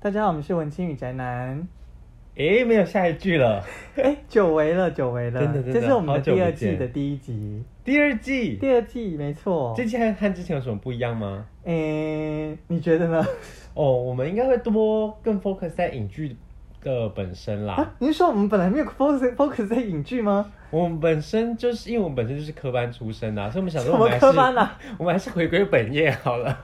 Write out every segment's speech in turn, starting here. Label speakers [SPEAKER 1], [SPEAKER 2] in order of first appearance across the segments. [SPEAKER 1] 大家好，我们是文青与宅男。
[SPEAKER 2] 诶，没有下一句 了。
[SPEAKER 1] 哎，久违了，久违了，
[SPEAKER 2] 真的真
[SPEAKER 1] 这
[SPEAKER 2] 的
[SPEAKER 1] 是我们的
[SPEAKER 2] 好久
[SPEAKER 1] 第二
[SPEAKER 2] 不
[SPEAKER 1] 季
[SPEAKER 2] 见
[SPEAKER 1] 的第一集，
[SPEAKER 2] 第二季，
[SPEAKER 1] 第二季没错
[SPEAKER 2] 这。季和和之前有什么不一样吗？
[SPEAKER 1] 诶，你觉得呢？
[SPEAKER 2] 哦，我们应该会多更 focus 在影剧的本身啦。
[SPEAKER 1] 啊，你是说我们本来没有 focus focus 在影剧吗？
[SPEAKER 2] 我们本身就是因为我们本身就是科班出身啊，所以我们想说
[SPEAKER 1] 什
[SPEAKER 2] 我
[SPEAKER 1] 么
[SPEAKER 2] 们还是
[SPEAKER 1] 科班啊？
[SPEAKER 2] 我们还是回归本业好 了。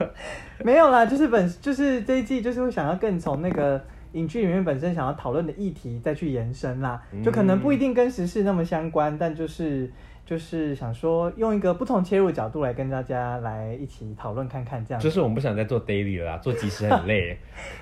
[SPEAKER 1] 没有啦，就是本就是这一季就是会想要更从那个影剧里面本身想要讨论的议题再去延伸啦，
[SPEAKER 2] 嗯
[SPEAKER 1] 就可能不一定跟时事那么相关，但就是就是想说用一个不同切入角度来跟大家来一起讨论看看这样。
[SPEAKER 2] 就是我们不想再做 daily 了啦，做即时 很累。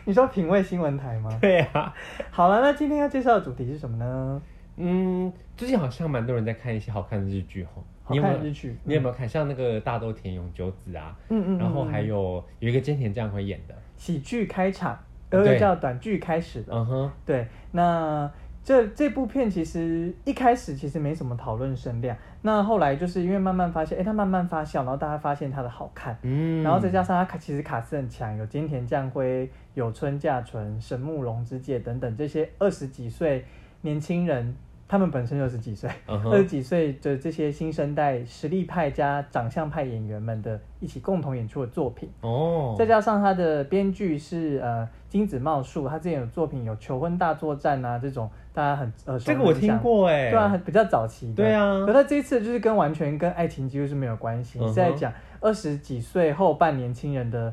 [SPEAKER 1] 你说品味新闻台吗？
[SPEAKER 2] 对啊，
[SPEAKER 1] 好了，那今天要介绍的主题是什么呢？
[SPEAKER 2] 嗯，最近好像蛮多人在看一些好看的日剧吼。你有没
[SPEAKER 1] 好
[SPEAKER 2] 有
[SPEAKER 1] 看的日剧
[SPEAKER 2] 你有没有看？像那个大豆田永久子啊，
[SPEAKER 1] 嗯嗯嗯
[SPEAKER 2] 然后还有有一个菅田将晖演的，
[SPEAKER 1] 喜剧开场，呃，又
[SPEAKER 2] 对
[SPEAKER 1] 叫短剧开始的。
[SPEAKER 2] 嗯哼，
[SPEAKER 1] 对，那这这部片其实一开始其实没什么讨论声量，那后来就是因为慢慢发现，哎，它慢慢发酵，然后大家发现它的好看，
[SPEAKER 2] 嗯，
[SPEAKER 1] 然后再加上它卡其实卡斯很强，有菅田将晖、有春架纯、神木隆之介等等这些二十几岁年轻人。他们本身二十几岁，
[SPEAKER 2] 嗯哼
[SPEAKER 1] 二十几岁的这些新生代实力派加长相派演员们的一起共同演出的作品，
[SPEAKER 2] 哦，
[SPEAKER 1] 再加上他的编剧是呃金子茂树，他之前有作品有《求婚大作战》啊这种，大家很呃
[SPEAKER 2] 这个我听，过哎、
[SPEAKER 1] 对啊，很比较早期的。
[SPEAKER 2] 对啊
[SPEAKER 1] 可他这一次就是跟完全跟爱情几乎是没有关系，
[SPEAKER 2] 嗯哼
[SPEAKER 1] 是在讲二十几岁后半年轻人的，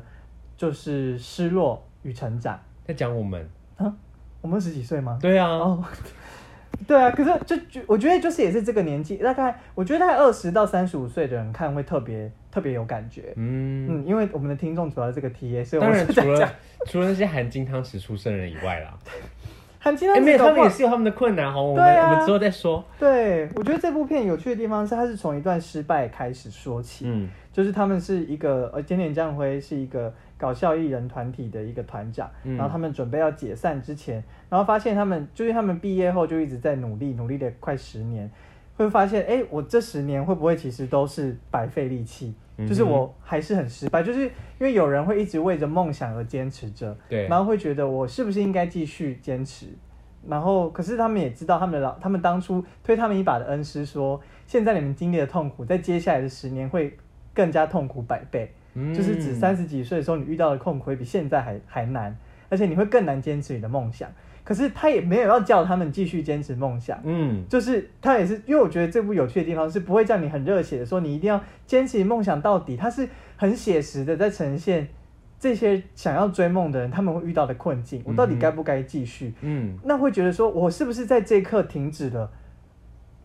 [SPEAKER 1] 就是失落与成长。
[SPEAKER 2] 在讲我们，
[SPEAKER 1] 啊，我们二十几岁吗？
[SPEAKER 2] 对啊，
[SPEAKER 1] 哦，对啊，可是就就我觉得就是也是这个年纪，大概我觉得大概二十到三十五岁的人看会特别特别有感觉。
[SPEAKER 2] 嗯，
[SPEAKER 1] 嗯，因为我们的听众主要是这个 TA，所以我
[SPEAKER 2] 当
[SPEAKER 1] 们
[SPEAKER 2] 然
[SPEAKER 1] 是在
[SPEAKER 2] 除
[SPEAKER 1] 讲
[SPEAKER 2] 了 除了那些含金汤匙出生人以外啦，
[SPEAKER 1] 含金
[SPEAKER 2] 哎、
[SPEAKER 1] 量
[SPEAKER 2] 没
[SPEAKER 1] 是
[SPEAKER 2] 有，
[SPEAKER 1] 啊搞
[SPEAKER 2] 他
[SPEAKER 1] 不
[SPEAKER 2] 们
[SPEAKER 1] 好
[SPEAKER 2] 也是有他们的困难哦，我们、
[SPEAKER 1] 对啊
[SPEAKER 2] 我们之后再说，
[SPEAKER 1] 对，我觉得这部片有趣的地方是，它是从一段失败开始说起，
[SPEAKER 2] 嗯
[SPEAKER 1] 就是他们是一个呃，菅田将晖是一个搞笑艺人团体的一个团长，
[SPEAKER 2] 嗯
[SPEAKER 1] 然后他们准备要解散之前，然后发现他们就是他们毕业后就一直在努力，努力了快十年，会发现哎，诶我这十年会不会其实都是白费力气？就是
[SPEAKER 2] 嗯哼
[SPEAKER 1] 我还是很失败，就是因为有人会一直为着梦想而坚持着，
[SPEAKER 2] 对
[SPEAKER 1] 然后会觉得我是不是应该继续坚持？然后，可是他们也知道，他们的老，他们当初推他们一把的恩师说，现在你们经历的痛苦，在接下来的十年会更加痛苦百倍，
[SPEAKER 2] 嗯
[SPEAKER 1] 就是指三十几岁的时候，你遇到的痛苦会比现在还还难，而且你会更难坚持你的梦想。可是他也没有要叫他们继续坚持梦想，
[SPEAKER 2] 嗯，
[SPEAKER 1] 就是他也是，因为我觉得这部有趣的地方是不会叫你很热血的说你一定要坚持梦想到底，它是很写实的在呈现这些想要追梦的人他们会遇到的困境，我到底
[SPEAKER 2] 嗯哼
[SPEAKER 1] 该不该继续？
[SPEAKER 2] 嗯，
[SPEAKER 1] 那会觉得说我是不是在这一刻停止了？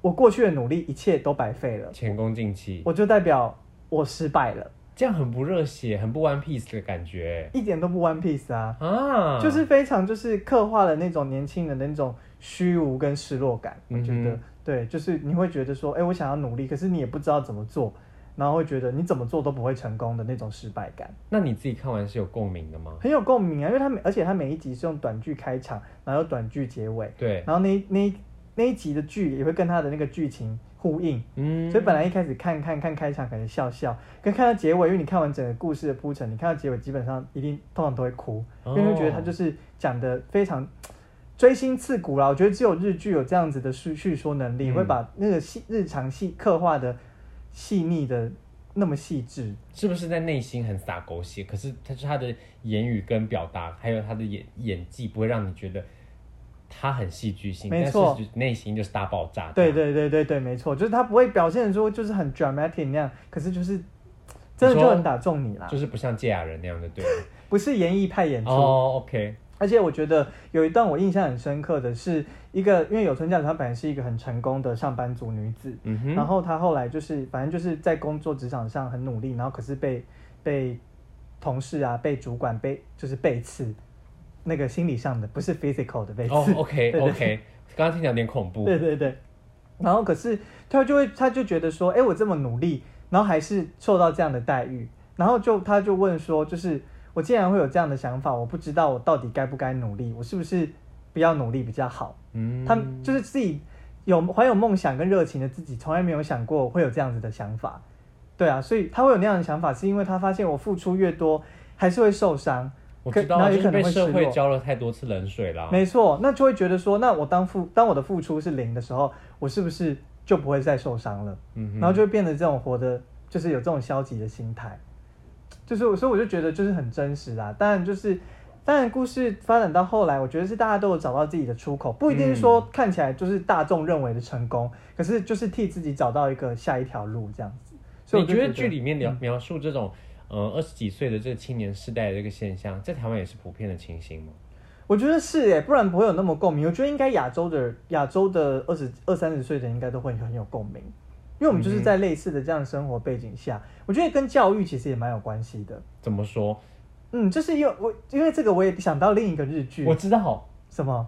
[SPEAKER 1] 我过去的努力一切都白费了，
[SPEAKER 2] 前功尽弃，
[SPEAKER 1] 我就代表我失败了，
[SPEAKER 2] 这样很不热血，很不 One Piece 的感觉
[SPEAKER 1] 一点都不 One Piece 啊，
[SPEAKER 2] 啊，
[SPEAKER 1] 就是非常就是刻画了那种年轻人的那种虚无跟失落感。我觉得、
[SPEAKER 2] 嗯哼
[SPEAKER 1] 对，就是你会觉得说，哎、我想要努力，可是你也不知道怎么做，然后会觉得你怎么做都不会成功的那种失败感，
[SPEAKER 2] 那你自己看完是有共鸣的吗？
[SPEAKER 1] 很有共鸣啊。因为他每而且他每一集是用短剧开场，然后有短剧结尾，
[SPEAKER 2] 对，
[SPEAKER 1] 然后那一那一那一集的剧也会跟他的那个剧情呼应。
[SPEAKER 2] 嗯，
[SPEAKER 1] 所以本来一开始看看看开场，可能笑笑，可看到结尾，因为你看完整个故事的铺陈，你看到结尾基本上一定通常都会哭，因为会觉得他就是讲的非常锥心刺骨啦。我觉得只有日剧有这样子的叙叙说能力，
[SPEAKER 2] 嗯
[SPEAKER 1] 会把那个细日常细刻画的细腻的那么细致。
[SPEAKER 2] 是不是在内心很洒狗血？可是他是他的言语跟表达，还有他的演演技，不会让你觉得他很戏剧性，
[SPEAKER 1] 没错
[SPEAKER 2] 但是内心就是大爆炸。
[SPEAKER 1] 对，对对对对，没错，就是他不会表现出就是很 dramatic 那样，可是就是真的就
[SPEAKER 2] 说
[SPEAKER 1] 很打中你啦，
[SPEAKER 2] 就是不像芥雅人那样的，对了。
[SPEAKER 1] 不是演绎派 演出。
[SPEAKER 2] 哦，OK，
[SPEAKER 1] 而且我觉得有一段我印象很深刻的是一个，因为有村架纯她本来是一个很成功的上班族女子，
[SPEAKER 2] 嗯哼，
[SPEAKER 1] 然后她后来就是反正就是在工作职场上很努力，然后可是被被同事啊、被主管被就是背刺，那个心理上的不是 physical 的背刺。
[SPEAKER 2] 哦，OK
[SPEAKER 1] 对对
[SPEAKER 2] OK，刚刚听起来有点恐怖。
[SPEAKER 1] 对对对，然后可是他就会，他就觉得说，哎，我这么努力，然后还是受到这样的待遇，然后就他就问说，就是我竟然会有这样的想法，我不知道我到底该不该努力，我是不是不要努力比较好？
[SPEAKER 2] 嗯，
[SPEAKER 1] 他就是自己有怀有梦想跟热情的自己，从来没有想过会有这样子的想法。对啊，所以他会有那样的想法，是因为他发现我付出越多，还是会受伤。
[SPEAKER 2] 我
[SPEAKER 1] 可
[SPEAKER 2] 知道
[SPEAKER 1] 然
[SPEAKER 2] 啊，
[SPEAKER 1] 后
[SPEAKER 2] 就
[SPEAKER 1] 也
[SPEAKER 2] 是
[SPEAKER 1] 可能
[SPEAKER 2] 被
[SPEAKER 1] 会
[SPEAKER 2] 社
[SPEAKER 1] 失
[SPEAKER 2] 会
[SPEAKER 1] 落
[SPEAKER 2] 浇了太多次冷水啦。
[SPEAKER 1] 没错，那就会觉得说，那我当付当我的付出是零的时候，我是不是就不会再受伤了？
[SPEAKER 2] 嗯哼
[SPEAKER 1] 然后就会变得这种活的，就是有这种消极的心态，就是我所以我就觉得就是很真实啦。当然就是，当然故事发展到后来，我觉得是大家都有找到自己的出口，不一定是说
[SPEAKER 2] 嗯
[SPEAKER 1] 看起来就是大众认为的成功，可是就是替自己找到一个下一条路这样子。所以
[SPEAKER 2] 你
[SPEAKER 1] 我就
[SPEAKER 2] 觉
[SPEAKER 1] 觉
[SPEAKER 2] 得剧里面
[SPEAKER 1] 嗯
[SPEAKER 2] 描描述这种，呃，二十几岁的这个青年世代的这个现象，在台湾也是普遍的情形吗？
[SPEAKER 1] 我觉得是诶，不然不会有那么共鸣。我觉得应该亚洲的亚洲的二十二三十岁的人应该都会很有共鸣，因为我们就是在类似的这样的生活背景下，我觉得跟教育其实也蛮有关系的。
[SPEAKER 2] 怎么说？
[SPEAKER 1] 嗯，就是因为我因为这个我也想到另一个日剧
[SPEAKER 2] 我，知道，
[SPEAKER 1] 什么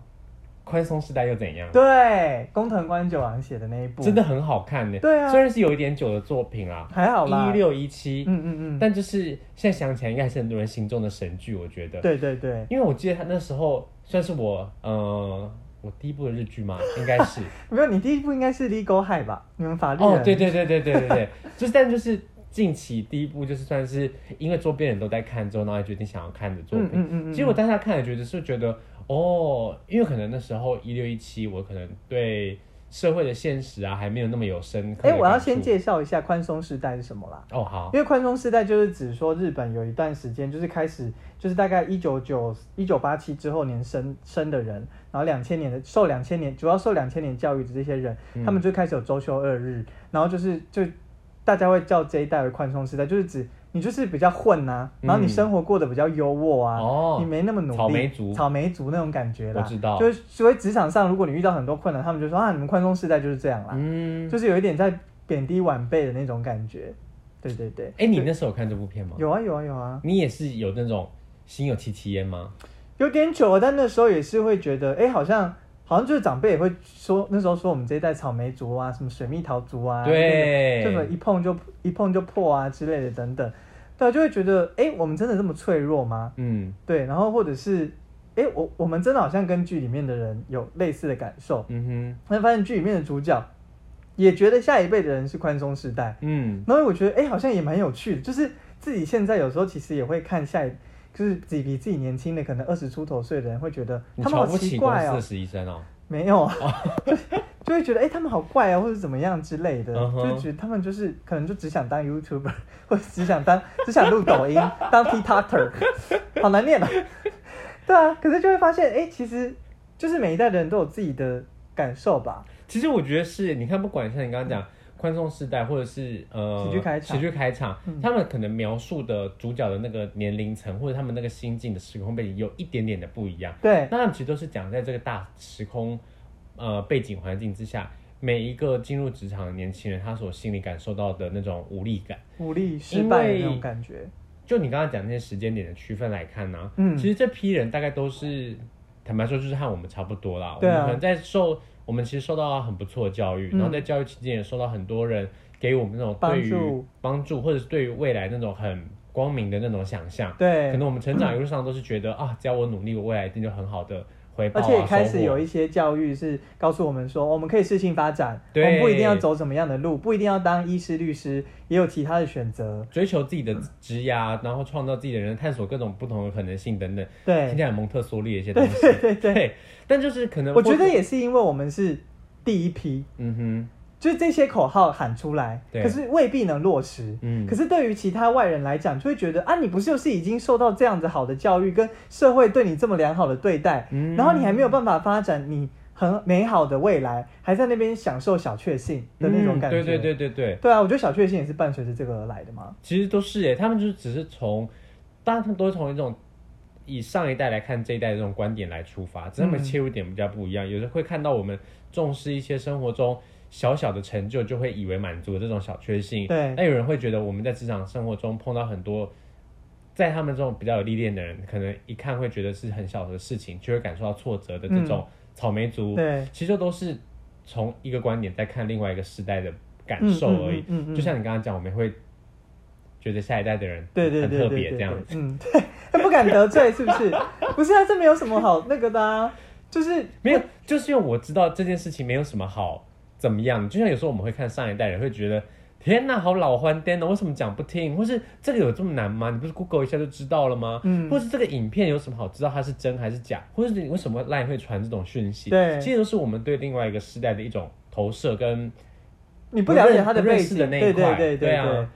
[SPEAKER 2] 宽松时代又怎样？
[SPEAKER 1] 对工藤官九郎写的那一部，
[SPEAKER 2] 真的很好看呢。
[SPEAKER 1] 对啊
[SPEAKER 2] 虽然是有一点久的作品啦，
[SPEAKER 1] 还好啦。
[SPEAKER 2] 一六一七，
[SPEAKER 1] 嗯嗯嗯，
[SPEAKER 2] 但就是现在想起来，应该是很多人心中的神剧，我觉得。
[SPEAKER 1] 对对对，
[SPEAKER 2] 因为我记得他那时候算是我，呃，我第一部的 日剧嘛，应该是。
[SPEAKER 1] 没有你第一部应该是《Legal High》吧？你们法律人
[SPEAKER 2] 哦，对对对对对对对， 就是但就是近期第一部就是算是因为周边人都在看之后，然后决定想要看的作品。
[SPEAKER 1] 嗯嗯嗯嗯
[SPEAKER 2] 结果当下看了，觉得是觉得哦，因为可能那时候一六一七，我可能对社会的现实啊还没有那么有深刻的
[SPEAKER 1] 哎、
[SPEAKER 2] 感触。
[SPEAKER 1] 我要先介绍一下宽松时代是什么啦。
[SPEAKER 2] 哦好，
[SPEAKER 1] 因为宽松时代就是指说日本有一段时间就是开始就是大概一九九一九八七之后年生生的人，然后两千年的受两千年主要受两千年教育的这些人，
[SPEAKER 2] 嗯
[SPEAKER 1] 他们就开始有周休二日，然后就是就大家会叫这一代为宽松时代，就是指你就是比较混啊，然后你
[SPEAKER 2] 嗯
[SPEAKER 1] 生活过得比较优渥啊，
[SPEAKER 2] 哦
[SPEAKER 1] 你没那么努力，
[SPEAKER 2] 草莓族
[SPEAKER 1] 草莓族那种感觉啦，
[SPEAKER 2] 我知道
[SPEAKER 1] 就是所以职场上如果你遇到很多困难，他们就说啊你们宽松时代就是这样啦，
[SPEAKER 2] 嗯，
[SPEAKER 1] 就是有一点在贬低晚辈的那种感觉。对对对，
[SPEAKER 2] 哎，你那时候有看这部片吗？
[SPEAKER 1] 有啊有啊有啊，
[SPEAKER 2] 你也是有那种心有戚戚焉吗？
[SPEAKER 1] 有点久了，但那时候也是会觉得，哎、好像好像就是长辈也会说，那时候说我们这一代草莓族啊，什么水蜜桃族啊，
[SPEAKER 2] 对
[SPEAKER 1] 那个就是一碰就一碰就破啊之类的等等，对啊，就会觉得，哎、我们真的这么脆弱吗？
[SPEAKER 2] 嗯
[SPEAKER 1] 对，然后或者是，哎、我我们真的好像跟剧里面的人有类似的感受，
[SPEAKER 2] 嗯
[SPEAKER 1] 那发现剧里面的主角也觉得下一辈的人是宽松时代，
[SPEAKER 2] 哼嗯，
[SPEAKER 1] 然后我觉得，哎、好像也蛮有趣的，就是自己现在有时候其实也会看下一，就是自己比自己年轻的，可能二十出头岁的人会觉得
[SPEAKER 2] 你
[SPEAKER 1] 他们
[SPEAKER 2] 瞧
[SPEAKER 1] 好
[SPEAKER 2] 不起
[SPEAKER 1] 奇
[SPEAKER 2] 公
[SPEAKER 1] 怪
[SPEAKER 2] 司
[SPEAKER 1] 哦
[SPEAKER 2] 的，实习生哦，
[SPEAKER 1] 没有啊，就会觉得哎、他们好怪啊，或者怎么样之类的
[SPEAKER 2] 嗯哼
[SPEAKER 1] 就觉得他们就是可能就只想当 YouTuber，或 者只想当只想录抖音，当 TikToker，好 难念啊。对啊，可是就会发现，哎、其实就是每一代的人都有自己的感受吧。
[SPEAKER 2] 其实我觉得是，你看，不管像你刚刚讲宽松时代，或者是
[SPEAKER 1] 嗯
[SPEAKER 2] 呃
[SPEAKER 1] 喜剧开场
[SPEAKER 2] 喜剧开场
[SPEAKER 1] 嗯
[SPEAKER 2] 他们可能描述的主角的那个年龄层，或者他们那个心境的时空背景有一点点的不一样。
[SPEAKER 1] 对，
[SPEAKER 2] 那他们其实都是讲在这个大时空呃背景环境之下，每一个进入职场的年轻人，他所心里感受到的那种无力感。
[SPEAKER 1] 无力失
[SPEAKER 2] 因
[SPEAKER 1] 败的
[SPEAKER 2] 为
[SPEAKER 1] 那种感觉。
[SPEAKER 2] 就你刚刚讲那些时间点的区分来看呢、
[SPEAKER 1] 嗯
[SPEAKER 2] 其实这批人大概都是，坦白说就是和我们差不多啦。
[SPEAKER 1] 对啊
[SPEAKER 2] 我们可能在受，我们其实受到很不错的教育，
[SPEAKER 1] 嗯
[SPEAKER 2] 然后在教育期间也受到很多人给予我们那种
[SPEAKER 1] 帮
[SPEAKER 2] 对于
[SPEAKER 1] 助
[SPEAKER 2] 帮助，或者是对于未来那种很光明的那种想象。
[SPEAKER 1] 对
[SPEAKER 2] 可，能我们成长一路上都是觉得啊，只要我努力，我未来一定有很好的回报、
[SPEAKER 1] 而
[SPEAKER 2] 啊，
[SPEAKER 1] 且也开始
[SPEAKER 2] 收获
[SPEAKER 1] 有一些教育是告诉我们说，我们可以适性发展，我
[SPEAKER 2] 对
[SPEAKER 1] 们不一定要走什么样的路，不一定要当医师、律师，也有其他的选择。
[SPEAKER 2] 追求自己的职涯，然后创造自己的人，探索各种不同的可能性等等，听起
[SPEAKER 1] 对，
[SPEAKER 2] 来很蒙特梭利的一些东西。
[SPEAKER 1] 对对对
[SPEAKER 2] 对，但就是可能
[SPEAKER 1] 我觉
[SPEAKER 2] 或
[SPEAKER 1] 得也是因为我们是第一批，
[SPEAKER 2] 嗯哼。
[SPEAKER 1] 就是这些口号喊出来，
[SPEAKER 2] 对
[SPEAKER 1] 可是未必能落实。
[SPEAKER 2] 嗯
[SPEAKER 1] 可是对于其他外人来讲，就会觉得啊，你不是就是已经受到这样子好的教育，跟社会对你这么良好的对待，
[SPEAKER 2] 嗯
[SPEAKER 1] 然后你还没有办法发展你很美好的未来，还在那边享受小确幸的那种感觉。
[SPEAKER 2] 嗯对对对对对，
[SPEAKER 1] 对啊，我觉得小确幸也是伴随着这个而来的嘛。
[SPEAKER 2] 其实都是耶，他们就是只是从，当然他们都是从一种以上一代来看这一代的这种观点来出发，只是他们
[SPEAKER 1] 嗯
[SPEAKER 2] 切入点比较不一样。有时候会看到我们重视一些生活中小小的成就，就会以为满足的这种小确幸。
[SPEAKER 1] 对
[SPEAKER 2] 那有人会觉得我们在职场生活中碰到很多。在他们这种比较有历练的人，可能一看会觉得是很小的事情，就会感受到挫折的这
[SPEAKER 1] 嗯
[SPEAKER 2] 种草莓族，
[SPEAKER 1] 对，
[SPEAKER 2] 其实都是从一个观点在看另外一个时代的感受而已。
[SPEAKER 1] 嗯嗯嗯嗯嗯
[SPEAKER 2] 就像你刚刚讲，我们会觉得下一代的人
[SPEAKER 1] 对对
[SPEAKER 2] 很
[SPEAKER 1] 对
[SPEAKER 2] 特
[SPEAKER 1] 对
[SPEAKER 2] 别
[SPEAKER 1] 对
[SPEAKER 2] 这样
[SPEAKER 1] 对，嗯， 对，不敢得罪是不是？ 不是啊，这没有什么好那个的、啊，就是
[SPEAKER 2] 没有，就是因为我知道这件事情没有什么好怎么样。就像有时候我们会看上一代人，会觉得天哪，好老欢颠哦！为什么讲不听？或是这个有这么难吗？你不是 Google 一下就知道了吗？
[SPEAKER 1] 嗯
[SPEAKER 2] 或是这个影片有什么好知道它是真还是假？或是你为什么 LINE 会传这种讯息？
[SPEAKER 1] 对
[SPEAKER 2] 其实都是我们对另外一个时代的一种投射跟
[SPEAKER 1] 你不了解他
[SPEAKER 2] 不认
[SPEAKER 1] 背
[SPEAKER 2] 识
[SPEAKER 1] 景，
[SPEAKER 2] 的那一
[SPEAKER 1] 对对
[SPEAKER 2] 块
[SPEAKER 1] 对对
[SPEAKER 2] 对啊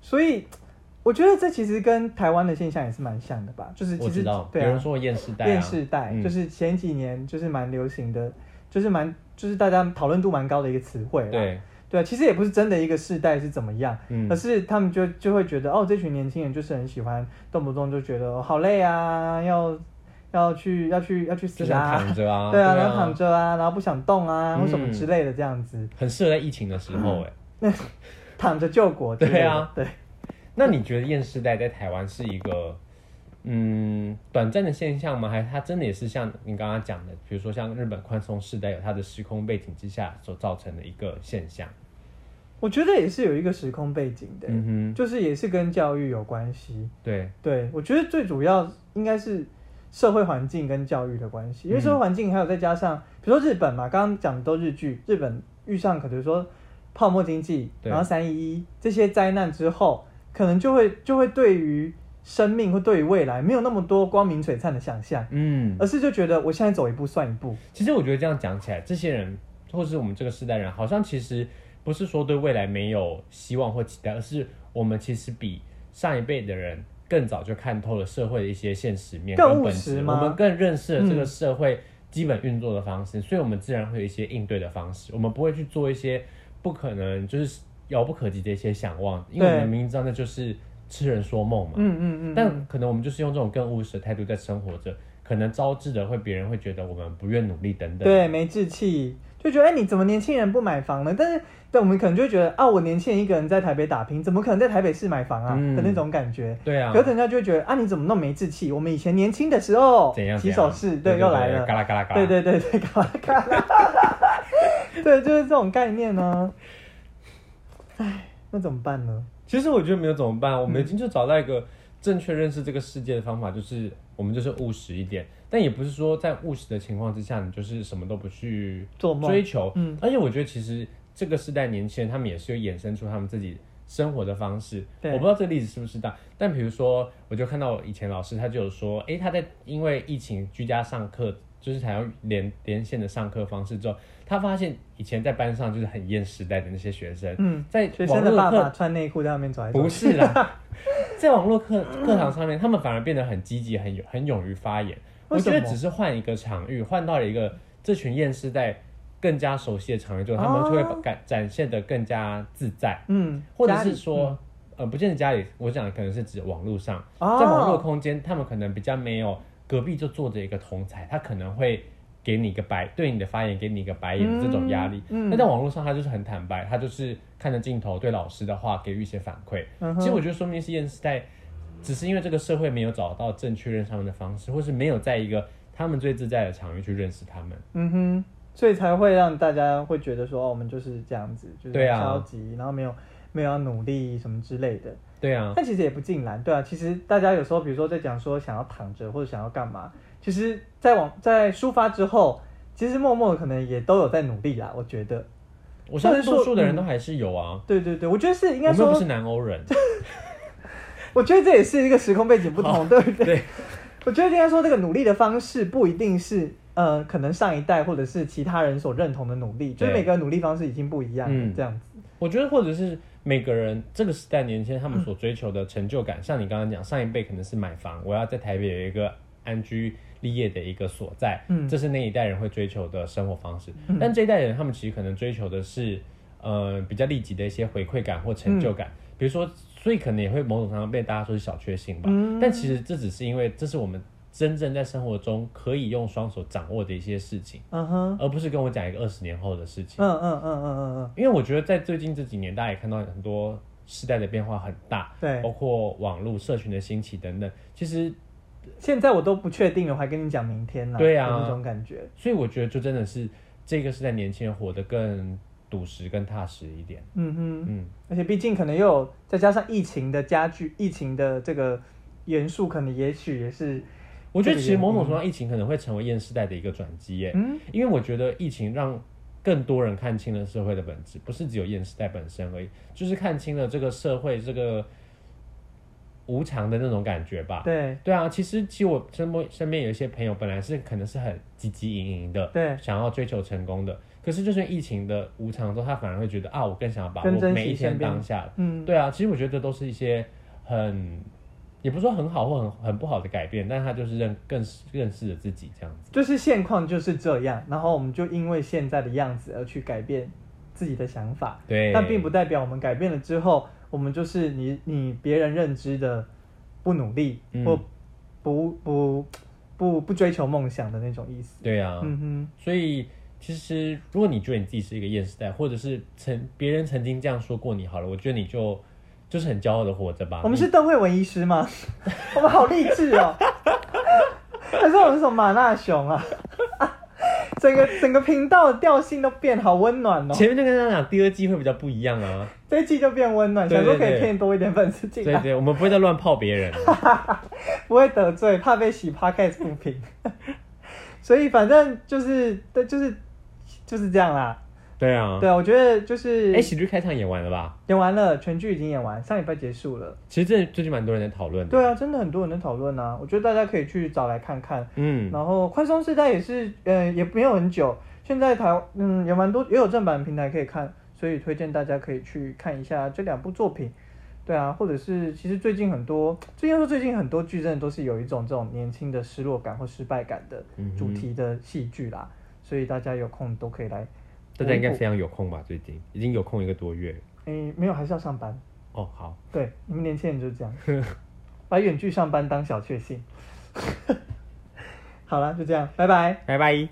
[SPEAKER 1] 所以我觉得这其实跟台湾的现象也是蛮像的吧，就是
[SPEAKER 2] 我
[SPEAKER 1] 其
[SPEAKER 2] 知
[SPEAKER 1] 实
[SPEAKER 2] 道，
[SPEAKER 1] 对
[SPEAKER 2] 有
[SPEAKER 1] 啊
[SPEAKER 2] 人，说厌世代、啊，
[SPEAKER 1] 电视代、
[SPEAKER 2] 嗯
[SPEAKER 1] 就是前几年就是蛮流行的，就是蛮就是大家讨论度蛮高的一个词汇啦。
[SPEAKER 2] 对，
[SPEAKER 1] 对啊，其实也不是真的一个世代是怎么样，
[SPEAKER 2] 嗯
[SPEAKER 1] 可是他们就就会觉得哦，这群年轻人就是很喜欢动不动就觉得、哦好累啊，要要去要去要去
[SPEAKER 2] 就
[SPEAKER 1] 死
[SPEAKER 2] 想
[SPEAKER 1] 啊，
[SPEAKER 2] 躺着啊，
[SPEAKER 1] 对啊，
[SPEAKER 2] 对
[SPEAKER 1] 然后躺着啊，然后不想动啊，或什么
[SPEAKER 2] 嗯
[SPEAKER 1] 之类的这样子，
[SPEAKER 2] 很适合在疫情的 时候、哎、
[SPEAKER 1] 躺着救国之类的。
[SPEAKER 2] 对啊，
[SPEAKER 1] 对。
[SPEAKER 2] 那你觉得厌世代在台湾是一个嗯短暂的现象吗？还是它真的也是像你刚刚讲的，比如说像日本宽松世代有它的时空背景之下所造成的一个现象？
[SPEAKER 1] 我觉得也是有一个时空背景的，
[SPEAKER 2] 嗯
[SPEAKER 1] 就是也是跟教育有关系
[SPEAKER 2] 哼。，对，
[SPEAKER 1] 对我觉得最主要应该是社会环境跟教育的关系，因为社
[SPEAKER 2] 嗯
[SPEAKER 1] 会环境还有再加上，比如说日本嘛，刚刚讲的都日剧，日本遇上可能说泡沫经济，
[SPEAKER 2] 对
[SPEAKER 1] 然后三一一这些灾难之后，可能就会就会对于生命或对于未来没有那么多光明璀璨的想象，
[SPEAKER 2] 嗯，
[SPEAKER 1] 而是就觉得我现在走一步算一步。
[SPEAKER 2] 其实我觉得这样讲起来，这些人或是我们这个世代人，好像其实不是说对未来没有希望或期待，而是我们其实比上一辈的人更早就看透了社会的一些现实面
[SPEAKER 1] 更
[SPEAKER 2] 跟
[SPEAKER 1] 务
[SPEAKER 2] 本
[SPEAKER 1] 实
[SPEAKER 2] 质，我
[SPEAKER 1] 吗
[SPEAKER 2] 们更认识了这个社会基本运作的方式，所以我们自然会有一些应对的方式，我们不会去做一些不可能就是遥不可及的一些想望，因为我
[SPEAKER 1] 对
[SPEAKER 2] 们明知道那就是痴人说梦嘛。
[SPEAKER 1] 嗯嗯嗯，
[SPEAKER 2] 但可能我们就是用这种更务实的态度在生活着，可能招致的会别人会觉得我们不愿努力等等。
[SPEAKER 1] 对，没志气，就觉得哎、你怎么年轻人不买房呢？但是，但我们可能就会觉得啊，我年轻人一个人在台北打拼，怎么可能在台北市买房啊、
[SPEAKER 2] 嗯
[SPEAKER 1] 的那种感觉。
[SPEAKER 2] 对啊
[SPEAKER 1] 可，是人家就会觉得啊，你怎么那么没志气？我们以前年轻的时候，
[SPEAKER 2] 怎样？
[SPEAKER 1] 起
[SPEAKER 2] 怎
[SPEAKER 1] 手
[SPEAKER 2] 样
[SPEAKER 1] 式，对，又来了
[SPEAKER 2] 嘎，啦嘎啦嘎啦。
[SPEAKER 1] 对对对对，嘎啦嘎啦， 对，就是这种概念呢、唉，那怎么办呢？
[SPEAKER 2] 其实我觉得没有怎么办，我们已经就找到一个正确认识这个世界的方法，就是我们就是务实一点，但也不是说在务实的情况之下，你就是什么都不去
[SPEAKER 1] 做梦
[SPEAKER 2] 追求。
[SPEAKER 1] 嗯，
[SPEAKER 2] 而且我觉得其实这个时代年轻人他们也是有衍生出他们自己。生活的方式，
[SPEAKER 1] 对
[SPEAKER 2] 我不知道这个例子是不是大，但比如说，我就看到我以前老师他就有说，诶，他在因为疫情居家上课，就是采用连连线的上课方式之后，他发现以前在班上就是很厌世代的那些学生，
[SPEAKER 1] 嗯，
[SPEAKER 2] 在
[SPEAKER 1] 学
[SPEAKER 2] 网
[SPEAKER 1] 生的
[SPEAKER 2] 络
[SPEAKER 1] 爸
[SPEAKER 2] 课
[SPEAKER 1] 爸穿内裤在外面走来走
[SPEAKER 2] 不
[SPEAKER 1] 去，
[SPEAKER 2] 是 啦，在网络课课堂上面，他们反而变得很积极，很勇很勇于发言。我
[SPEAKER 1] 为什
[SPEAKER 2] 觉
[SPEAKER 1] 么
[SPEAKER 2] 得只是换一个场域，换到了一个这群厌世代更加熟悉的场域之后，他们就会
[SPEAKER 1] 哦
[SPEAKER 2] 感展现的更加自在，
[SPEAKER 1] 嗯，
[SPEAKER 2] 或者
[SPEAKER 1] 家
[SPEAKER 2] 是
[SPEAKER 1] 里
[SPEAKER 2] 说，呃，不见得家里，我讲的可能是指网络上，
[SPEAKER 1] 哦
[SPEAKER 2] 在网络空间，他们可能比较没有隔壁就坐着一个同才，他可能会。给你一个白对你的发言，给你一个白眼的这种压力。
[SPEAKER 1] 嗯嗯
[SPEAKER 2] 那在网络上，他就是很坦白，他就是看着镜头对老师的话给予一些反馈。
[SPEAKER 1] 嗯哼
[SPEAKER 2] 其实我觉得，说明是厌世代，只是因为这个社会没有找到正确认识他们的方式，或是没有在一个他们最自在的场域去认识他们。
[SPEAKER 1] 嗯哼，所以才会让大家会觉得说，哦，我们就是这样子，就是
[SPEAKER 2] 对啊
[SPEAKER 1] 很消极，然后没有没有要努力什么之类的。
[SPEAKER 2] 对啊，
[SPEAKER 1] 但其实也不尽然，对啊。其实大家有时候，比如说在讲说想要躺着或者想要干嘛，其实在往在抒发之后，其实默默地可能也都有在努力啦。我觉得，
[SPEAKER 2] 我相信
[SPEAKER 1] 或者说
[SPEAKER 2] 多数的人都还是有啊。
[SPEAKER 1] 对对对，我觉得嗯是应
[SPEAKER 2] 我
[SPEAKER 1] 该
[SPEAKER 2] 们又
[SPEAKER 1] 说
[SPEAKER 2] 不是，南欧人，
[SPEAKER 1] 我觉得这也是一个时空背景不同，对不对？
[SPEAKER 2] 哦对，
[SPEAKER 1] 我觉得应该说，这个努力的方式不一定是呃，可能上一代或者是其他人所认同的努力，就是
[SPEAKER 2] 对
[SPEAKER 1] 每个人努力方式已经不一样了，
[SPEAKER 2] 嗯
[SPEAKER 1] 这样子。
[SPEAKER 2] 我觉得，或者是每个人这个时代年轻人他们所追求的成就感，像你刚刚讲，上一辈可能是买房，我要在台北有一个安居立业的一个所在，
[SPEAKER 1] 嗯
[SPEAKER 2] 这是那一代人会追求的生活方式。但这一代人他们其实可能追求的是，呃，比较立即的一些回馈感或成
[SPEAKER 1] 嗯
[SPEAKER 2] 就感，比如说，所以可能也会某种程度上被大家说是小确幸吧。
[SPEAKER 1] 嗯
[SPEAKER 2] 但其实这只是因为这是我们真正在生活中可以用双手掌握的一些事情，
[SPEAKER 1] 嗯哼。
[SPEAKER 2] 而不是跟我讲一个二十年后的事情。
[SPEAKER 1] 嗯嗯嗯嗯嗯嗯，
[SPEAKER 2] 因为我觉得在最近这几年，大家也看到很多时代的变化很大，
[SPEAKER 1] 对
[SPEAKER 2] 包括网络社群的兴起等等。其实，
[SPEAKER 1] 现在我都不确定了，我还跟你讲明天呢、
[SPEAKER 2] 对啊
[SPEAKER 1] 有那种感觉。
[SPEAKER 2] 所以我觉得就真的是这个时代年轻人活得更笃实、更踏实一点。
[SPEAKER 1] 嗯哼，
[SPEAKER 2] 嗯，
[SPEAKER 1] 而且毕竟可能又有再加上疫情的加剧，疫情的这个元素，可能也许也是，嗯
[SPEAKER 2] 我觉得其实某种程度上，疫情可能会成为厌世代的一个转机耶，
[SPEAKER 1] 嗯
[SPEAKER 2] 因为我觉得疫情让更多人看清了社会的本质，不是只有厌世代本身而已，就是看清了这个社会这个无常的那种感觉吧。
[SPEAKER 1] 对
[SPEAKER 2] 对啊，其实其实我身边身边有一些朋友，本来是可能是很积极营营的，
[SPEAKER 1] 对，
[SPEAKER 2] 想要追求成功的，可是就是疫情的无常之后，他反而会觉得啊，我更想要把握
[SPEAKER 1] 更珍惜
[SPEAKER 2] 每一天
[SPEAKER 1] 身边
[SPEAKER 2] 当下。
[SPEAKER 1] 嗯，
[SPEAKER 2] 对啊，其实我觉得都是一些很，也不是说很好或很很不好的改变，但是他就是认更认识了自己这样子。
[SPEAKER 1] 就是现况就是这样，然后我们就因为现在的样子而去改变自己的想法，
[SPEAKER 2] 对，
[SPEAKER 1] 但并不代表我们改变了之后，我们就是你你别人认知的不努力、
[SPEAKER 2] 嗯
[SPEAKER 1] 或不不不不追求梦想的那种意思。
[SPEAKER 2] 对啊，
[SPEAKER 1] 嗯哼，
[SPEAKER 2] 所以其实如果你觉得你自己是一个厌世代，或者是曾别人曾经这样说过你好了，我觉得你就就是很骄傲的活着吧。
[SPEAKER 1] 我们是邓慧文医师吗？ 我们好励志哦！ 还是我们是什么马纳熊啊？ 整个整个频道的调性都变好温暖哦，
[SPEAKER 2] 嗯前面就跟大家讲，第二季会比较不一 样啊。
[SPEAKER 1] 这一季就变温暖，
[SPEAKER 2] 对
[SPEAKER 1] 想
[SPEAKER 2] 对
[SPEAKER 1] 说可以
[SPEAKER 2] 对
[SPEAKER 1] 骗多一点粉丝进
[SPEAKER 2] 对
[SPEAKER 1] 来，
[SPEAKER 2] 对，我们不会再乱泡别人。 啊
[SPEAKER 1] 不会得罪，怕被洗 podcast 不平。 所以反正就是对，就是就是这样啦。
[SPEAKER 2] 对啊，
[SPEAKER 1] 对，我觉得就是
[SPEAKER 2] 哎，喜剧开场演完了吧？
[SPEAKER 1] 演完了，全剧已经演完，上礼拜结束了。
[SPEAKER 2] 其实这最近蛮多人在讨论的。
[SPEAKER 1] 对啊，真的很多人在讨论啊，我觉得大家可以去找来看看。
[SPEAKER 2] 嗯，
[SPEAKER 1] 然后宽松时代也是，呃，也没有很久，现在台嗯也蛮多，也有正版平台可以看，所以推荐大家可以去看一下这两部作品。对啊，或者是其实最近很多，最近说最近很多剧真的都是有一种这种年轻的失落感或失败感的
[SPEAKER 2] 嗯哼
[SPEAKER 1] 主题的戏剧啦，所以大家有空都可以来。
[SPEAKER 2] 大家应该非常有空吧？最近已经有空一个多月。
[SPEAKER 1] 诶，哎没有还是要上班。
[SPEAKER 2] 哦，好，
[SPEAKER 1] 对，你们年轻人就是这 样，把 远距上班当小确幸。好了，就这样，拜拜。
[SPEAKER 2] 拜拜。